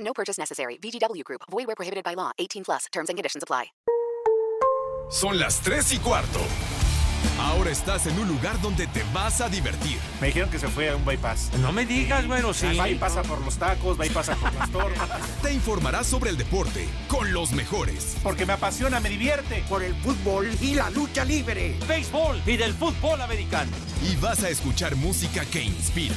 No purchase necessary. VGW Group. Void where prohibited by law. 18 plus. Terms and conditions apply. Son las 3 y cuarto. Ahora estás en un lugar donde te vas a divertir. Me dijeron que se fue a un bypass. Ah, No me digas, bueno, sí. Va y pasa por los tacos, va y pasa por las tortas. Te informarás sobre el deporte con los mejores. Porque me apasiona, me divierte. Por el fútbol y la lucha libre. Béisbol y del fútbol americano. Y vas a escuchar música que inspira.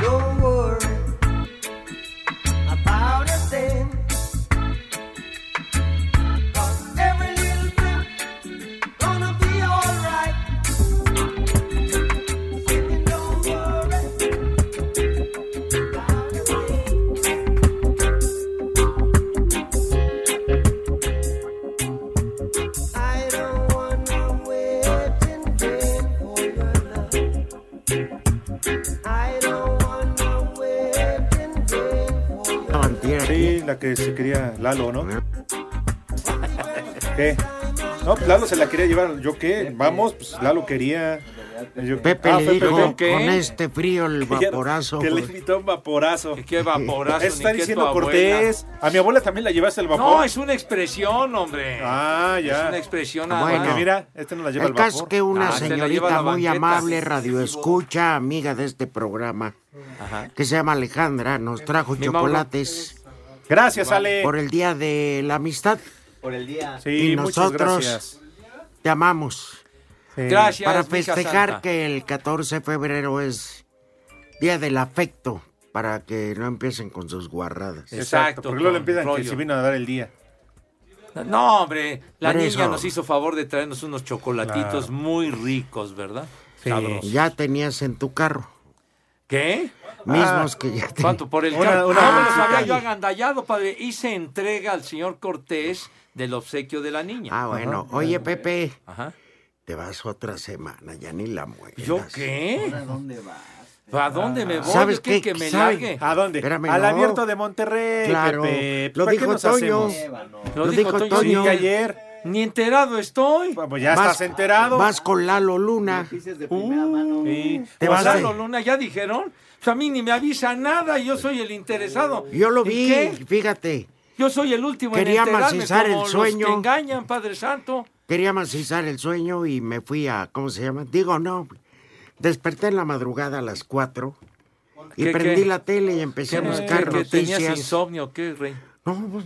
Don't worry about a thing. 'Cause every little thing gonna be alright. If you don't worry about a thing. I don't want no waiting game for your love. I don't want no waiting game for your love. Sí, la que se quería Lalo, ¿no? ¿Qué? No, pues Lalo se la quería llevar. ¿Yo qué? Vamos, pues Lalo quería. Yo- Pepe Ah, le dijo, Pepe, ¿qué? con este frío el que ya- vaporazo. Que le pues, invitó un vaporazo. Qué vaporazo. Eso está ni qué tu diciendo abuela. Cortés. A mi abuela también la llevaste el vapor. No, es una expresión, hombre. Ah, ya. Es una expresión Ah, nada bueno. Porque más. mira, este no la lleva El el caso es vapor. que una Ah, se la lleva a señorita la muy banqueta. amable, radioescucha, amiga de este programa, que se llama Alejandra, nos trajo Mi chocolates Gracias, Ale. por el Día de la Amistad. Sí, y muchas nosotros- gracias. Te amamos. Sí. Gracias. para mija festejar santa. que el 14 de febrero es Día del Afecto, para que no empiecen con sus guarradas. Exacto. Exacto, Porque luego le con empiezan que rollo. se vino a dar el día. No, hombre. La Por niña eso. nos hizo favor de traernos unos chocolatitos muy ricos, ¿verdad? Sí. Sabrosos. Ya tenías en tu carro, ¿Qué? Ah, mismos que ya tenías. ¿Cuánto? Por el Una- cambio. una Ah, bolsita había ahí. yo agandallado, padre. Hice entrega al señor Cortés del obsequio de la niña. Ah, bueno. Oye, Pepe, Ajá. te vas otra semana, ya ni la mueres. ¿Yo qué? ¿A dónde vas? ¿A dónde me voy? ¿Sabes ¿Yo qué? qué? Que me ¿Sabe? largue. ¿A dónde? Espérame, Al no. abierto de Monterrey. Claro, Pepe. lo ¿Para qué dijo nos Toño. hacemos? Lo, Lo dijo dijo Toño. Toño. Ni, Dije ayer. ni enterado estoy. Pues ya Vas- estás enterado. Vas con Lalo Luna. Sí. Te O vas Lalo de- Luna, ya dijeron. Pues a mí ni me avisa nada y yo soy el interesado. Yo lo ¿Y vi, qué? fíjate. Yo soy el último Quería en enterarme macizar el como los sueño. que engañan, Padre Santo. Quería macizar el sueño y me fui a, ¿cómo se llama? Digo, no. Desperté en la madrugada a las 4 y ¿Qué, prendí qué? la tele y empecé a ¿Qué, buscar que tenías noticias. insomnio, ¿qué, rey? No, pues,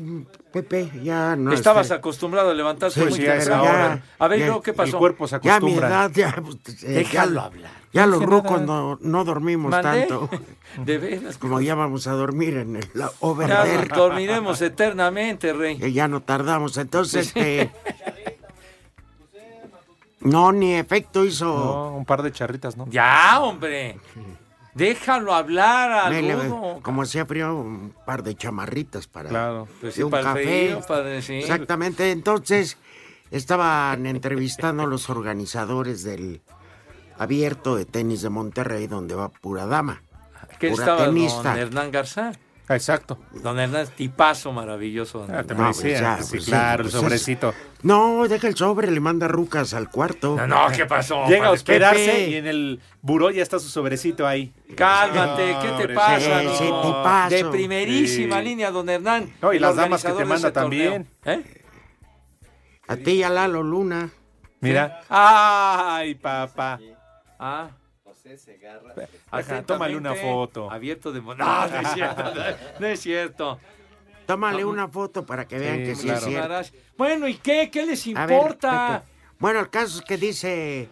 Pepe, ya no. Estabas espera. acostumbrado a levantarte Sí, muy sí, a esa temprano. hora. A ver, Ya, luego, ¿qué pasó? Pues El cuerpo se Ya a mi acostumbra. edad, ya. pues, eh, Déjalo ya- hablar. Ya los que rucos nada. no, no dormimos ¿Mandé? tanto. De veras. Como ya vamos a dormir en el la- Ya Overder, dormiremos eternamente, rey. que ya no tardamos. Entonces, este. No, ni efecto hizo. No, un par de charritas, ¿no? Ya, hombre. Déjalo hablar Me al le- rudo. como hacía frío, un par de chamarritas para. Claro. Pues y sí, un para el café. frío, padre, sí. Exactamente. Entonces, estaban entrevistando a los organizadores del abierto de tenis de Monterrey, donde va pura dama. Que Pura estaba tenista. don Hernán Garzá. Ah, Exacto. Don Hernán, tipazo maravilloso. don Ah, te Hernán. me No, pues decía. ya, sí, pues sí, claro, el pues sobrecito. No, deja el sobre, le manda rucas al cuarto. No, no, ¿qué pasó? ah, Llega a padre? hospedarse Pepe. y en el buró ya está su sobrecito ahí. Cálmate, No, ¿qué te hombre, pasa? sí, no? sí, tipazo. de primerísima Sí. línea, don Hernán. No, y el las damas que organizador te de manda ese torneo. también. ¿Eh? A ti y a Lalo Luna. Mira. Ah, Ay, papá. ah. Ajá, tómale una Atentamente, foto. Abierto de... Mon- No, no es cierto. No es cierto. Tómale una foto para que vean que sí claro. es cierto. Caras- Bueno, ¿y qué? ¿Qué les A ver, importa? Pepe. bueno, el caso es que dice,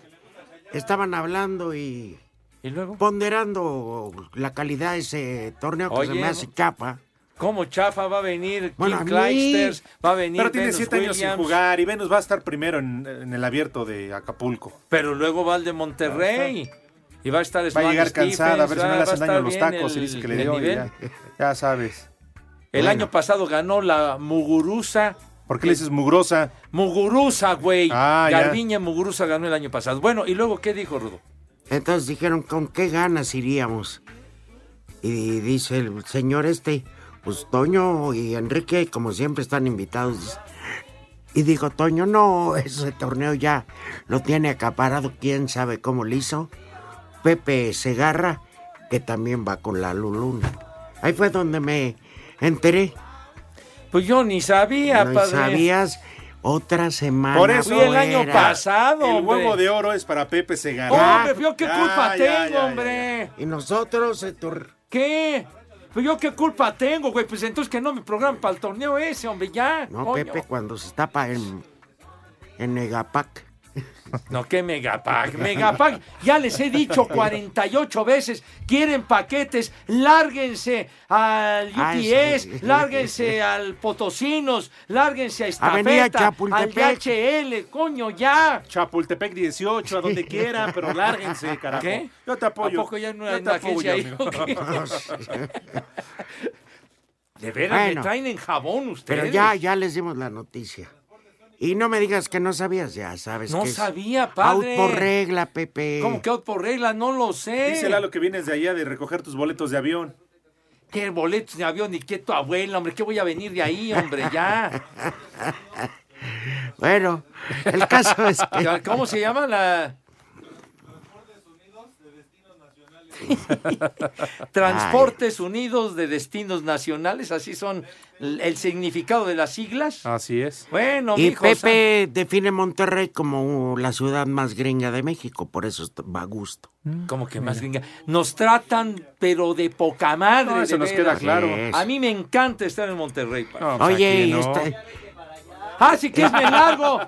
estaban hablando y y luego, ponderando la calidad de ese torneo que Oye, se me no- hace chapa. ¿cómo chafa va a venir? Bueno, Kim a mí- Clijsters, va a venir Pero tiene Venus siete años sin Williams, jugar y Venus va a estar primero en, en el abierto de Acapulco. Pero luego va al de Monterrey. Y va a estar Va a Sloan llegar cansada, a Stephens, ver si no ah, va- le va a hacen daño estar los bien tacos el- y dice que le el dio. y nivel. ya, ya sabes. El Bueno. año pasado ganó la Muguruza. ¿Por qué le dices mugrosa? Muguruza, güey. Ah, ya. Garbiña Muguruza ganó el año pasado. Bueno, ¿y luego qué dijo Rudo? Entonces dijeron, ¿con qué ganas iríamos? Y dice el señor este, pues Toño y Enrique, como siempre, están invitados. Dice- Y dijo, Toño, no, ese torneo ya lo tiene acaparado, quién sabe cómo lo hizo. Pepe Segarra, que también va con la Luluna. Ahí fue donde me enteré. Pues yo ni sabía, ¿No padre. sabías? Otra semana. Por eso Fui el año fuera. pasado, El hombre. huevo de oro es para Pepe Segarra. Hombre, pues yo qué Ya, culpa ya, tengo, ya, ya, hombre. Y nosotros, eh, el tor- ¿Qué? Pues yo qué culpa tengo, güey. Pues entonces que no me programen para el torneo ese, hombre, ya. No, coño. Pepe, cuando se tapa en, en Megapac. No, qué megapack, megapack. Ya les he dicho 48 veces, quieren paquetes, lárguense al Ah, UPS, sí. lárguense al Potosinos, lárguense a Avenida Estafeta, al Chapultepec. DHL, coño, ya. Chapultepec 18, a donde quiera, pero lárguense, carajo. ¿Qué? Yo te apoyo. ¿A poco ya no Yo hay te una agencia ahí? amigo. ¿O qué? De veras, Bueno. me traen en jabón ustedes. Pero ya, ya les dimos la noticia. Y no me digas que no sabías, ya sabes No que es sabía, padre. Out por regla, Pepe. ¿Cómo que out por regla? No lo sé. Dice Lalo que vienes de allá de recoger tus boletos de avión. ¿Qué boletos de avión ni qué tu abuela, hombre? ¿Qué voy a venir de ahí, hombre? Ya. Bueno, el caso es que... Ya, ¿Cómo se llama la...? Transportes Unidos de Destinos Nacionales, así son l- el significado de las siglas. Ah. Así es. Bueno, Y mijo, Pepe define Monterrey como la ciudad más gringa de México, por eso est- va a gusto. sa- como que más gringa. Nos tratan, pero de poca madre. No, eso de nos veras. queda claro. Sí. A mí me encanta estar en Monterrey. padre. No, pues Oye, este- aquí y no. esta- Ah, si quieres me largo.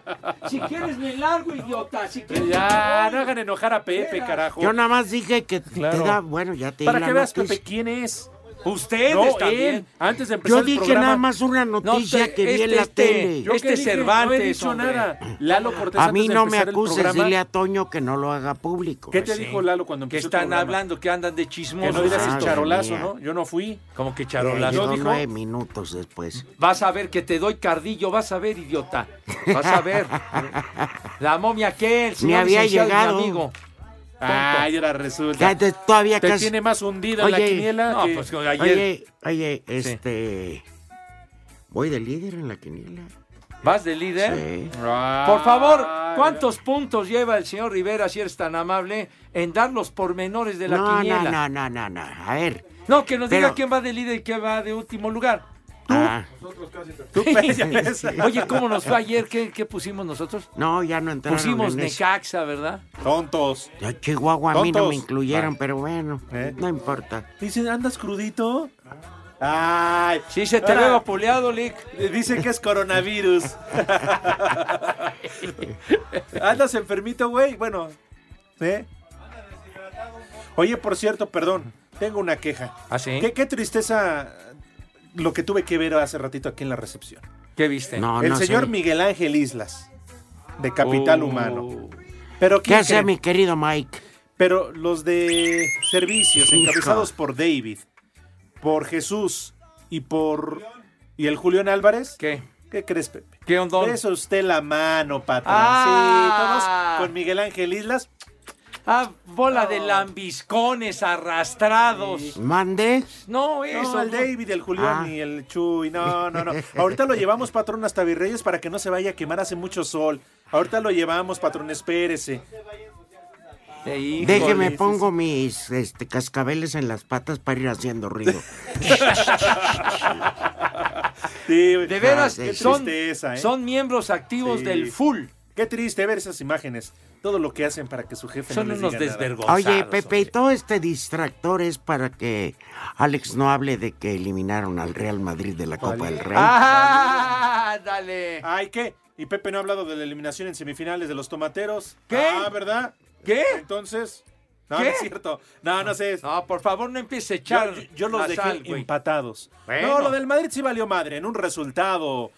Si quieres me largo, idiota. Si quieres Ya, me no voy. hagan enojar a Pepe, carajo. yo nada más dije que Claro. te da... Bueno, ya te di Para la que veas, noticia. Pepe, quién es. Ustedes No, también. él. Antes de empezar Yo el dije programa- nada más una noticia te- que vi en la este- tele. Yo Este qué dije, Cervantes, no he dicho hombre. nada. Lalo Cortés. A antes mí de no me empezar el acuses, programa, dile a Toño que no lo haga público. ¿Qué te Sí. dijo Lalo cuando Que empezó el están programa? hablando, que andan de chismosos. Que no dirás el Madre charolazo, mía. ¿no? Yo no fui. Como que Eh, charolazo. llegó dijo- nueve minutos después. Vas a ver que te doy cardillo, vas a ver, idiota. Vas a ver. La momia que el señor había licenciado y mi llegado. amigo. Ay, ahora resulta. ah, Ya te- todavía Te casi- tiene más hundido en la Oye, quiniela. No, que- pues ayer. Oye, oye, este... Voy de líder en la quiniela. ¿Vas de líder? ¿Eh? Sí. Por favor, ¿cuántos puntos lleva el señor Rivera, si eres tan amable, en dar los pormenores de la No, no, quiniela? no, no, no, no. A ver. No, que nos diga Pero- quién va de líder y quién va de último lugar. Ah, Tú pésales. Oye, ¿cómo nos fue ayer? ¿Qué, qué pusimos nosotros? no, ya no entraron Pusimos en eso. Necaxa, ¿verdad? Tontos. Ya Chihuahua a mí no Tontos. me incluyeron, Vale. pero bueno, ¿Eh? no importa. Dicen, ¿andas crudito? Ay. Sí, se te Ahora, veo apuleado, Lick. Eh, Dice que es coronavirus. Andas enfermito, güey. Bueno. ¿eh? Oye, por cierto, perdón. Tengo una queja. ¿Ah, sí? Qué, qué tristeza lo que tuve que ver hace ratito aquí en la recepción. ¿Qué Eh, viste? Ah, No, El no señor sé. Miguel Ángel Islas, de Capital Oh. Humano. Pero ¿Qué ¿quién hace creen? mi querido Mike? Pero los de servicios, Hijo. encabezados por David, por Jesús y por. ¿Y el Julián Álvarez? ¿Qué? ¿Qué crees, Pepe? ¿Qué onda? Besa usted la mano, patrón. Ah. Sí, todos con Miguel Ángel Islas. Ah, bola de lambiscones arrastrados. ¿Mande? No, No, eso. el no. David, el Julián Ah. y el Chuy. No, no, no. Ahorita lo llevamos, patrón, hasta Virreyes para que no se vaya a quemar hace mucho sol. Ahorita lo llevamos, patrón, espérese. Eh, híjole. Déjeme pongo mis este, cascabeles en las patas para ir haciendo ruido. Sí, De veras, Ah, sí, son, tristeza, ¿eh? son miembros activos Sí. del FUL. Qué triste ver esas imágenes. Todo lo que hacen para que su jefe Son no les unos diga nada. desvergonzados. Oye, Pepe, y oye. todo este distractor es para que Alex no hable de que eliminaron al Real Madrid de la Copa del Rey. ¡Ah, dale! Ay, ¿qué? Y Pepe no ha hablado de la eliminación en semifinales de los tomateros. ¿Qué? Ah, ¿verdad? ¿Qué? Entonces. No, ¿Qué? no es cierto. No, no sé. No, por favor, no empieces a Yo, echar yo- yo los la dejé sal, güey. empatados. Bueno. No, lo del Madrid sí valió madre en un resultado.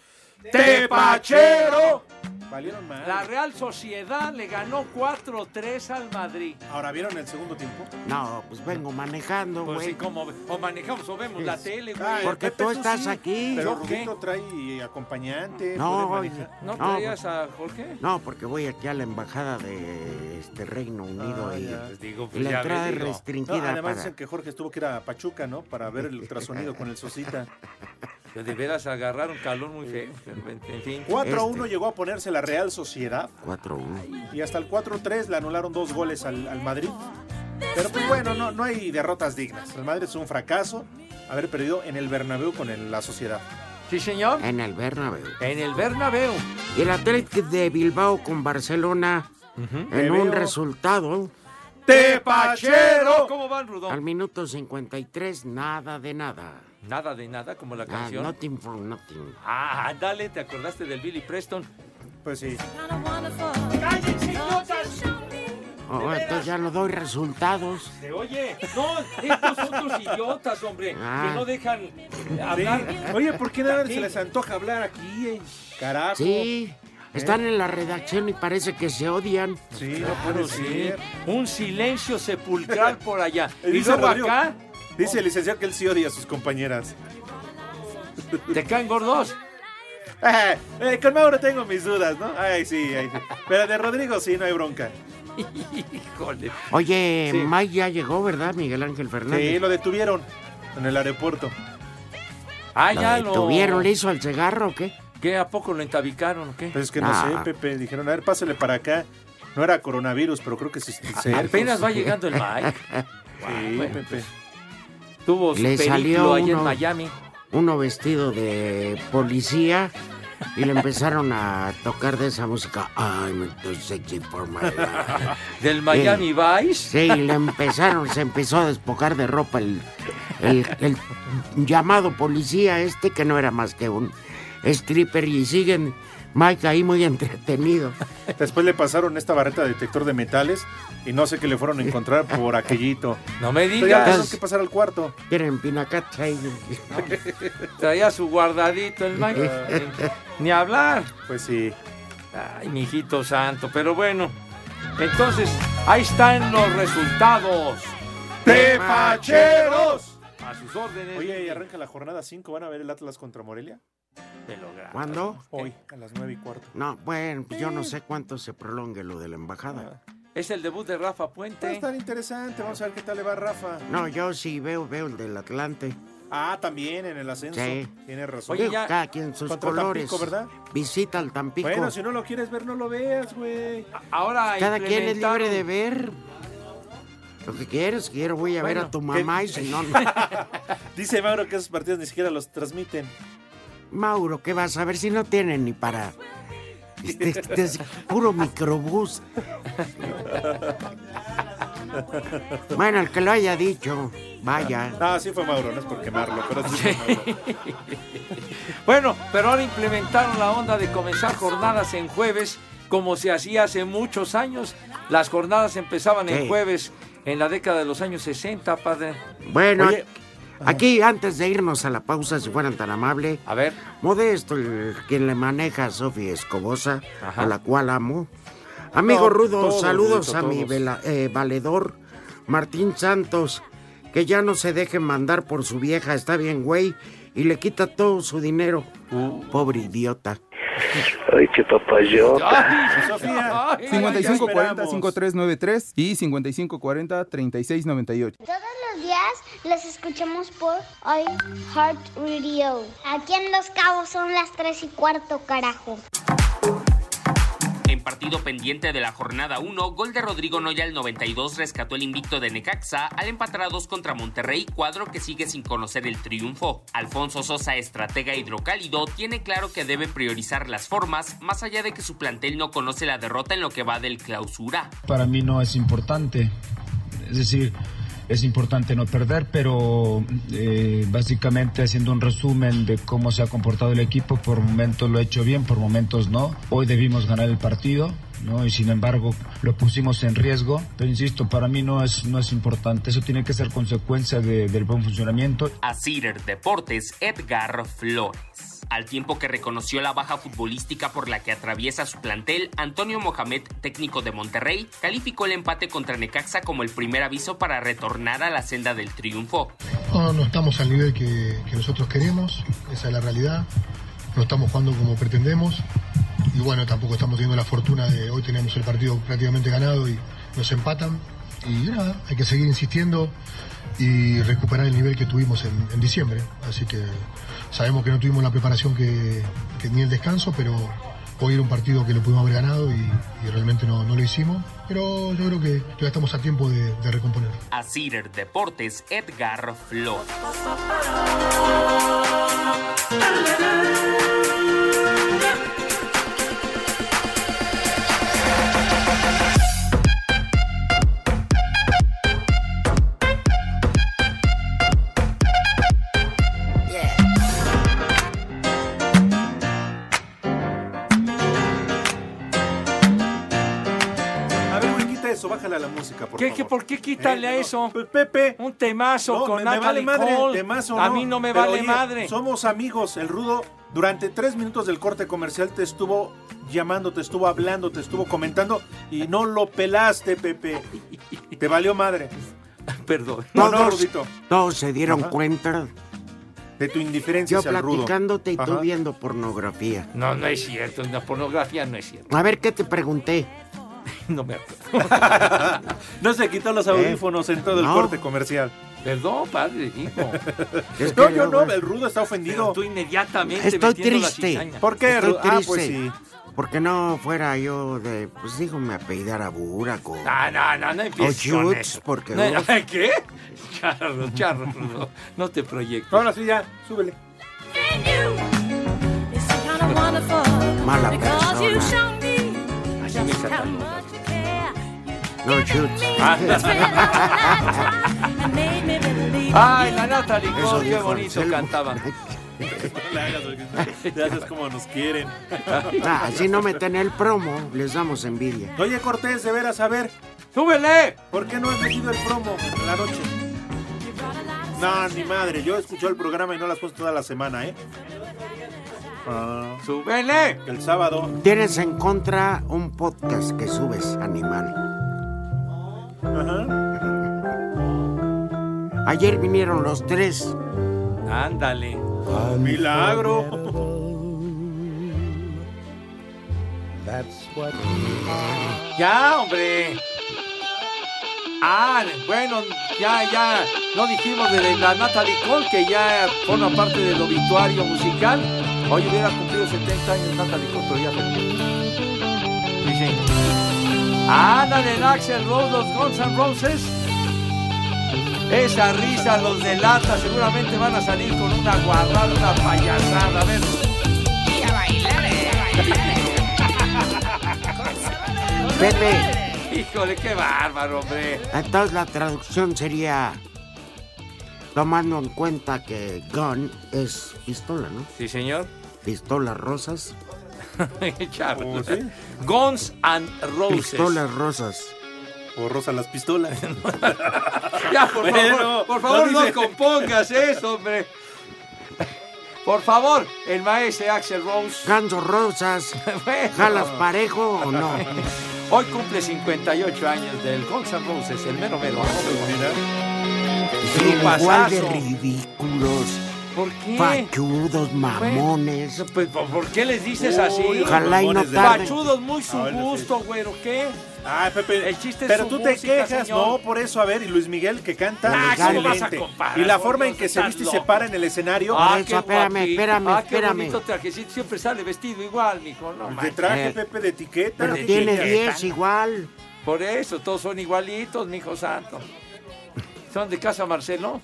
¡Tepachero! Valieron madre. La Real Sociedad le ganó 4-3 al Madrid. Ahora vieron el segundo tiempo. No, pues vengo manejando, Pues sí, güey. como o manejamos o vemos la tele, Ay, güey. Porque Pepe, tú eso estás aquí. ¿Yo Pero qué? Rubito trae acompañante. No, puede oye, manejar. ¿No no, pues. traías a Jorge? no, porque voy aquí a la embajada de este Reino Unido Ah, y, ya. Pues digo, y la ya entrada ves, es digo. No, restringida además para- dicen que Jorge estuvo que ir a Pachuca, ¿no? Para ver el ultrasonido con el Sosita. Pero de veras agarraron calor muy feo. En fin. 4-1 Este. llegó a ponerse la Real Sociedad 4-1. y hasta el 4-3 le anularon dos goles al, al Madrid. Pero pues bueno, no, no hay derrotas dignas. El Madrid es un fracaso haber perdido en el Bernabéu con el- la Sociedad. Sí, señor. En el Bernabéu. En el Bernabéu. Y el Atlético de Bilbao con Barcelona en un veo. resultado ¡Tepachero! ¿Cómo van, al Rudón? minuto 53, nada de nada. Nada de nada, como la Ah, canción. nothing for nothing. Ah, dale, ¿te acordaste del Billy Preston? Pues sí. Oh, entonces ya no doy resultados. Se oye. No, estos son tus idiotas, hombre. Ah. Que no dejan hablar. Oye, ¿por qué nada se les antoja hablar aquí? eh? Carajo. Sí, están en la redacción y parece que se odian. Sí, no Claro, puede pues, sí. ser. Un silencio sepulcral por allá. Y Y dice luego Rodrigo- acá, Dice el licenciado que él sí odia a sus compañeras. ¿te caen gordos? Ah, eh, con Mauro tengo mis dudas, ¿no? Ay, sí, ay, sí. Pero de Rodrigo sí, no hay bronca. Híjole. Oye, Sí. Mike ya llegó, ¿verdad, Miguel Ángel Sí, Fernández? lo detuvieron en el aeropuerto. Ah, Lo ya lo. detuvieron, le hizo al cigarro o qué? ¿Qué? ¿A poco lo entabicaron o qué? Pues es que no Ah. sé, Pepe. Dijeron, a ver, pásale para acá. No era coronavirus, pero creo que sí. sí. Apenas va llegando el Mike. pues, Sí, Pepe. Tuvo su Le periplo salió ahí en uno. Miami. Uno vestido de policía y le empezaron a tocar de esa música. I'm too sexy for my life. Del Miami Vice. Sí, le empezaron, se empezó a despojar de ropa el, el- el llamado policía este, que no era más que un stripper, y siguen Mike ahí muy entretenido. Después le pasaron esta barreta de detector de metales y no sé qué le fueron a encontrar por aquellito. No me Pero ya tuvieron digas. que pasar al cuarto. Quieren pinacacha y... Traía su guardadito el Mike. Ni hablar. Pues sí. Ay, mijito santo. Pero bueno. Entonces, ahí están los resultados. ¡Tepacheros! A sus órdenes. Oye, y arranca la jornada 5. ¿Van a ver el Atlas contra Morelia? Te lo grabo. ¿Cuándo? Hoy, a las 9 y cuarto. No, bueno, pues yo no sé cuánto se prolongue lo de la embajada. Es el debut de Rafa Pues Va a Puente. estar interesante. Vamos a ver qué tal le va a Rafa. No, yo sí veo, veo el del Atlante. Ah, también en el ascenso. Sí. Tienes razón. Oye, Digo, ya- Cada quien sus Contra colores. Tampico, ¿verdad? Visita al Tampico. bueno, si no lo quieres ver, no lo veas, güey. Ahora Cada quien es libre implementaron- de ver. Lo que quieres, quiero, voy a ver Bueno, a tu mamá y si no, no. Dice Mauro que esos partidos ni siquiera los transmiten. Mauro, ¿qué vas a ver si no tienen ni para? Este, este es puro microbús. Bueno, el que lo haya dicho, vaya. Ah, sí fue Mauro, no es por quemarlo, pero sí fue Mauro. Bueno, pero ahora implementaron la onda de comenzar jornadas en jueves, como se hacía hace muchos años. Las jornadas empezaban en Sí. jueves en la década de los años 60, padre. Bueno, Oye, aquí antes de irnos a la pausa, si fueran tan amables, A ver, Modesto, el, quien le maneja a Sofía Escobosa, Ajá. a la cual amo. Amigo No, Rudo, todos, saludos Rudito, a mi todos. vela- eh, valedor, Martín Santos, que ya no se deje mandar por su vieja, está bien, güey, y le quita todo su dinero. Uh. Pobre idiota. Ay, qué papayota. Sofía, 5540-5393 y 5540-3698. Todos los días las escuchamos por Heart Radio. Aquí en Los Cabos son las 3 y cuarto, carajo. En En partido pendiente de la jornada 1, gol de Rodrigo Noya al 92 rescató el invicto de Necaxa al empatar a dos contra Monterrey, cuadro que sigue sin conocer el triunfo. Alfonso Sosa, estratega hidrocálido, tiene claro que debe priorizar las formas, más allá de que su plantel no conoce la derrota en lo que va del clausura. Para mí no es importante, es decir, es importante no perder, pero eh, básicamente haciendo un resumen de cómo se ha comportado el equipo, por momentos lo he hecho bien, por momentos no. Hoy debimos ganar el partido. ¿no? y sin embargo lo pusimos en riesgo pero insisto para mí no es no es importante eso tiene que ser consecuencia de- del buen funcionamiento A Cider Deportes, Edgar Flores. Al tiempo que reconoció la baja futbolística por la que atraviesa su plantel, Antonio Mohamed, técnico de Monterrey, calificó el empate contra Necaxa como el primer aviso para retornar a la senda del triunfo. No, no estamos al nivel que, que nosotros queremos, esa es la realidad. No estamos jugando como pretendemos. Y bueno, tampoco estamos teniendo la fortuna de hoy tenemos el partido prácticamente ganado y nos empatan. Y nada, hay que seguir insistiendo y recuperar el nivel que tuvimos en, en diciembre. Así que sabemos que no tuvimos la preparación que, que ni el descanso, pero hoy era un partido que lo pudimos haber ganado y, y realmente no, no lo hicimos. Pero yo creo que todavía estamos a tiempo de- de recomponer. A Cider Deportes, Edgar Flores. A ver, güey, quita eso, bájale a la música, por ¿Qué, favor. Eh, pues, qué- ¿Por qué quítale a eso? Pepe. Un temazo No, con me, me Natalie vale madre, Cole. temazo, A mí no me Pero, vale oye, madre. Somos amigos, el rudo. Durante tres minutos del corte comercial te estuvo llamando, te estuvo hablando, te estuvo comentando y no lo pelaste, Pepe. Te valió madre. Perdón. No, Todos, no, Rudito. todos se dieron Ajá. cuenta. De tu indiferencia Yo hacia el rudo. platicándote y tú Ajá. viendo pornografía. No, no es cierto. La pornografía no es cierto. A ver, ¿qué te pregunté? No me No se quitó los audífonos en todo el Eh, No. corte comercial. Perdón, padre, hijo. Es no, que yo luego- no, el rudo está ofendido. Tú inmediatamente Estoy metiendo la triste. cizaña. ¿Por qué, Estoy Ru- Ah, pues triste. sí. Porque no fuera yo de, pues digo, me apellidara Burak o, Ah, No, no, no, no o empieces con Chutz, eso. porque... No, uf, ¿Qué? Charro, charro, no, no te proyectes. Ahora sí, ya, súbele. Mala Because you persona. show me Así me just how sacan. much you care. no Chutz. And made me believe. Ay, la Natalie Eso Cole, qué dijo bonito Anselmo. cantaba. Gracias como nos quieren. Ah, así no meten el promo, les damos envidia. Oye, Cortés, de veras, a ver, ¡Súbele! ¿por qué no has metido el promo en la noche? No, ni madre, yo he escuchado el programa y no las puesto toda la semana, ¿eh? Ah, ¡Súbele! el sábado. Tienes en contra un podcast que subes, animal. Ajá. Ayer vinieron los tres. Ándale. Milagro. Ya, hombre. Ah, bueno, ya, ya. No dijimos de la Natalie Cole, que ya forma parte del obituario musical. Hoy hubiera cumplido 70 años Natalie Cole, pero ya perdió. Sí, sí. Ándale, el Axel Rose, los Guns N' Roses. Esa risa los delata, seguramente van a salir con una guardada, una payasada. A ver. Pepe, Híjole, qué bárbaro, hombre. entonces la traducción sería... Tomando en cuenta que gun es pistola, ¿no? Sí, señor. Pistolas rosas. Charro. ¿O sí? Guns and Roses. Pistolas rosas. O Rosa las pistolas. Ya, por Bueno, favor, por no favor, no, dice- compongas eso, hombre. Por favor, el maestro Axel Rose. Ganso rosas. Bueno, ¿Jalas parejo o no? hoy cumple 58 años del Guns N' Roses, el mero mero. Mira. Igual de Grupazazo. ridículos, ¿Por qué? pachudos, mamones. Pues, ¿Por por qué les dices así? Uy, Ojalá y no mamones de- tarde. Pachudos, muy su Ahora sí. gusto, güero, ¿qué? Ah, Pepe, El chiste es pero su tú te música, quejas, señor. no, por eso, a ver, y Luis Miguel que canta Ah, ¿cómo vas a excelente. comparar? Y la Por forma en Dios, que se estás viste y se loco. Ah, para en el escenario. qué guapi- ah, qué bonito trajecito, siempre sale vestido igual, mijo. No, De manches. traje, Pepe, de etiqueta. Pero de tiene etiqueta. 10 igual. Por eso, todos son igualitos, mijo santo. ¿Son de casa Marcelo?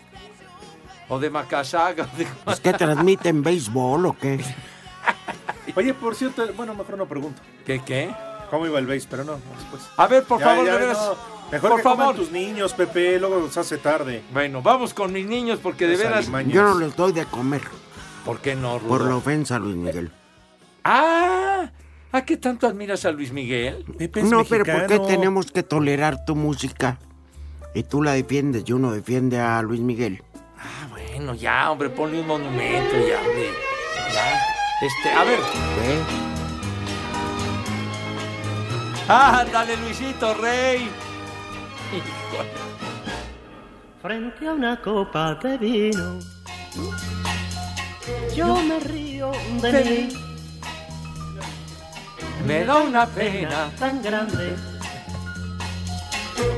¿O de Macasaga? ¿Es que Pues, transmiten béisbol o qué? Oye, por cierto, bueno, mejor no pregunto. ¿Qué, qué? ¿Cómo iba el base? Pero no, después. A ver, por Ya, favor, ya, de veras. no. Mejor por que coman favor. tus niños, Pepe, luego se hace tarde. Bueno, vamos con mis niños porque de veras. Yo no les doy de comer. ¿Por qué no, Rudo? Por la ofensa, Luis Miguel. ¡Ah! ¿A qué tanto admiras a Luis Miguel? no, pero ¿por qué tenemos que tolerar tu música? Y tú la defiendes y uno defiende a Luis Miguel. Bueno, ya, hombre, ponle un monumento ya, hombre. Ya. Este, a ver. ¡Ándale, Luisito Rey! Híjole. Frente a una copa de vino, yo me río de mí. Me da una pena tan grande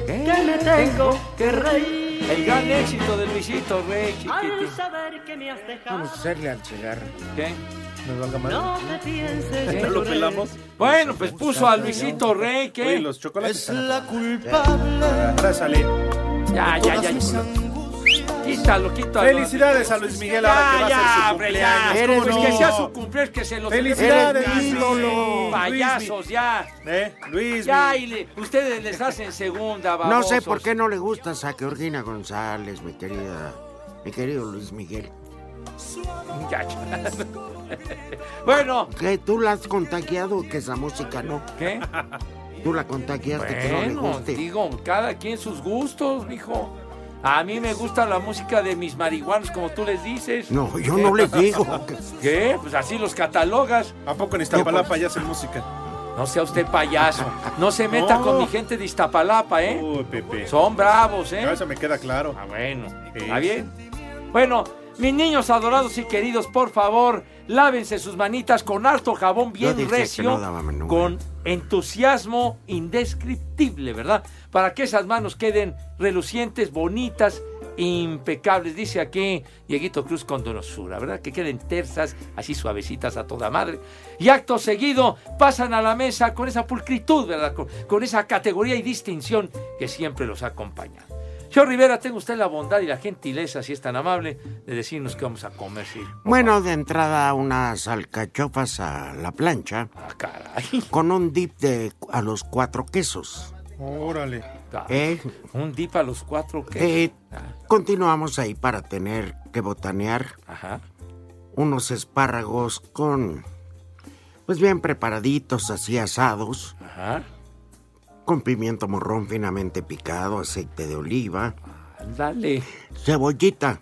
que me tengo que reír. El gran éxito de Luisito Rey, Al chiquitín. saber que me has dejado, hacerle al cigarro. ¿Qué? Nos valga madre. no te pienses ¿Eh? que lloré. Bueno, pues puso a Luisito Rey, ¿qué? Oye, los chocolates Es están la culpable. Ahora sale. Ya, ya, ya. Quítalo, quítalo. Felicidades a Luis Miguel ahora que va a ser su cumpleaños. Ya, ¿Cómo pues no? que sea su cumpleaños, que se lo Felicidades, celebren. ídolo. Payasos, ya. ¿Eh? Luis. Ya, y le- ustedes les hacen segunda, No sé babosos. por qué no le gustas a Georgina González, mi querida. Mi querido Luis Miguel. Ya, ya. Bueno. Que tú la has contagiado, que esa música no. ¿Qué? Tú la contagiaste, que no le Bueno, guste. digo, cada quien sus gustos, mijo. A mí me gusta la música de mis marihuanos, como tú les dices. No, yo no les digo. ¿Qué? Pues así los catalogas. ¿A poco en Iztapalapa ya hacen música? No sea usted payaso. No se meta No. con mi gente de Iztapalapa, ¿eh? Uy, Pepe. Son bravos, ¿eh? No, eso me queda claro. Ah, bueno. ¿Está bien? Bueno, mis niños adorados y queridos, por favor, lávense sus manitas con harto jabón Yo bien dije que recio, no daba menú. con entusiasmo indescriptible, ¿verdad? Para que esas manos queden relucientes, bonitas, impecables. Dice aquí Dieguito Cruz con donosura, ¿verdad? Que queden tersas, así suavecitas a toda madre. Y acto seguido pasan a la mesa con esa pulcritud, ¿verdad? Con, con esa categoría y distinción que siempre los acompaña. Yo, Rivera, tenga usted la bondad y la gentileza, si es tan amable, de decirnos qué vamos a comer. sí. Bueno, de entrada unas alcachofas a la plancha. Ah, Con un dip de a los cuatro quesos. Órale. ¿eh? Un dip a los cuatro quesos. Eh, continuamos ahí para tener que botanear unos espárragos con, pues bien preparaditos, así asados, con pimiento morrón finamente picado, aceite de oliva, Dale. cebollita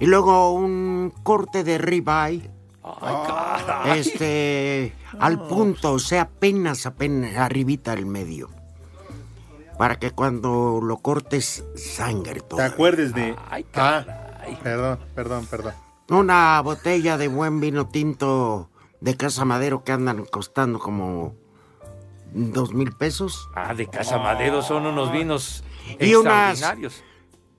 y luego un corte de ribeye, caray. este, al punto, o sea, apenas, apenas arribita del medio. Para que cuando lo cortes sangre todo. ¿Te acuerdes de...? Ah, perdón, perdón, perdón. Una botella de buen vino tinto de Casa Madero que andan costando como dos mil pesos. Ah, de Casa Madero son Ah. unos vinos Y unas- extraordinarios.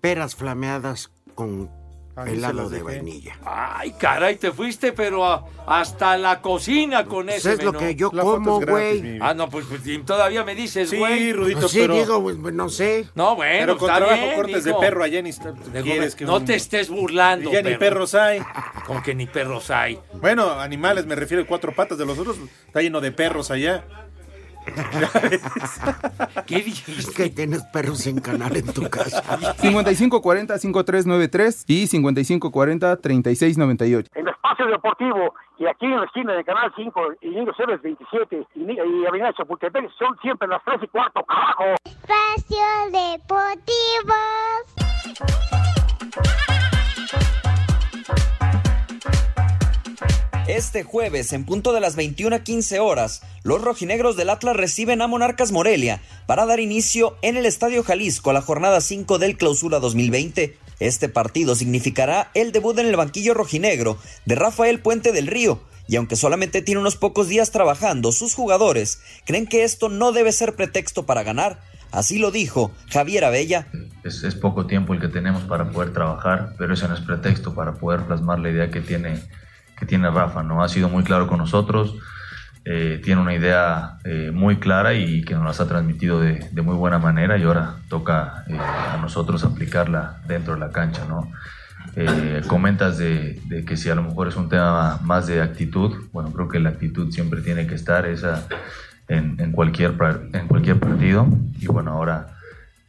Peras flameadas con Ahí se helado las de dejé. vainilla. Ay, caray, te fuiste, pero a- hasta la cocina con Pues ese es lo menú. que yo La foto es como, gratis, güey. mi vida. Ah, no, pues, pues, y todavía me dices, Sí, güey. Rudito, Pues sí, pero- digo, pues, no sé. No, bueno, Pero con está trabajo bien, cortes digo. de perro allá en Iztapalapa. Digo, ¿Quieres que no un- te estés burlando. Y ya ni perros hay. Como que ni perros hay. Bueno, animales, me refiero a cuatro patas de los otros. Está lleno de perros allá. ¿Qué dijiste? Que tienes perros en canal en tu casa. 5540-5393 y 5540-3698. En Espacio Deportivo y aquí en la esquina de Canal 5 y Niño Ceres 27 y, Ni- y Avenida Chapultepec son siempre las 3 y cuarto, carajo. Espacio Deportivo. Este jueves, en punto de las 21:15 horas, los rojinegros del Atlas reciben a Monarcas Morelia para dar inicio en el Estadio Jalisco a la jornada 5 del Clausura 2020. Este partido significará el debut en el banquillo rojinegro de Rafael Puente del Río, y aunque solamente tiene unos pocos días trabajando, sus jugadores creen que esto no debe ser pretexto para ganar. Así lo dijo Javier Abella. Es, es poco tiempo el que tenemos para poder trabajar, pero eso no es pretexto para poder plasmar la idea que tiene, que tiene Rafa. ¿no? Ha sido muy claro con nosotros, eh, tiene una idea eh, muy clara y que nos las ha transmitido de, de muy buena manera y ahora toca eh, a nosotros aplicarla dentro de la cancha. ¿no? Eh, comentas de, de, que si a lo mejor es un tema más de actitud, bueno, creo que la actitud siempre tiene que estar esa en, en cualquier, en cualquier partido. Y bueno, ahora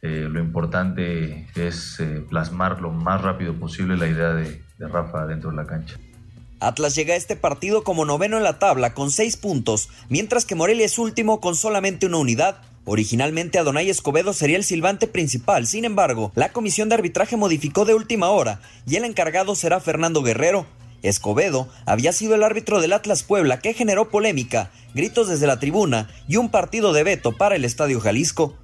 eh, lo importante es eh, plasmar lo más rápido posible la idea de, de Rafa dentro de la cancha. Atlas llega a este partido como noveno en la tabla con seis puntos, mientras que Morelia es último con solamente una unidad. Originalmente Adonai Escobedo sería el silbante principal, sin embargo, la comisión de arbitraje modificó de última hora y el encargado será Fernando Guerrero. Escobedo había sido el árbitro del Atlas Puebla que generó polémica, gritos desde la tribuna y un partido de veto para el Estadio Jalisco.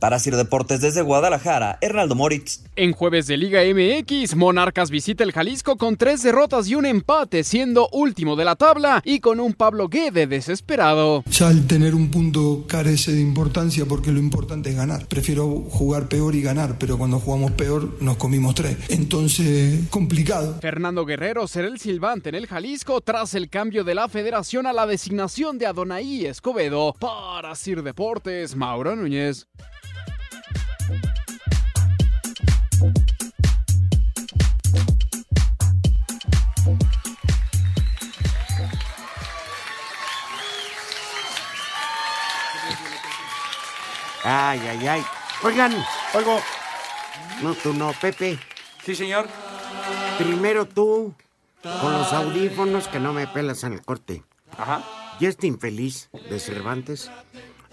Para Sir Deportes desde Guadalajara, Hernaldo Moritz. En jueves de Liga MX, Monarcas visita el Jalisco con tres derrotas y un empate, siendo último de la tabla y con un Pablo Guede desesperado. Ya el tener un punto carece de importancia porque lo importante es ganar. Prefiero jugar peor y ganar, pero cuando jugamos peor nos comimos tres. Entonces, complicado. Fernando Guerrero será el silbante en el Jalisco tras el cambio de la federación a la designación de Adonai Escobedo. Para Sir Deportes, Mauro Núñez. Ay, ay, ay. Oigan. Oigo. No, tú no, Pepe. Sí, señor. Primero tú, con los audífonos que no me pelas en el corte. Ajá. Y este infeliz de Cervantes,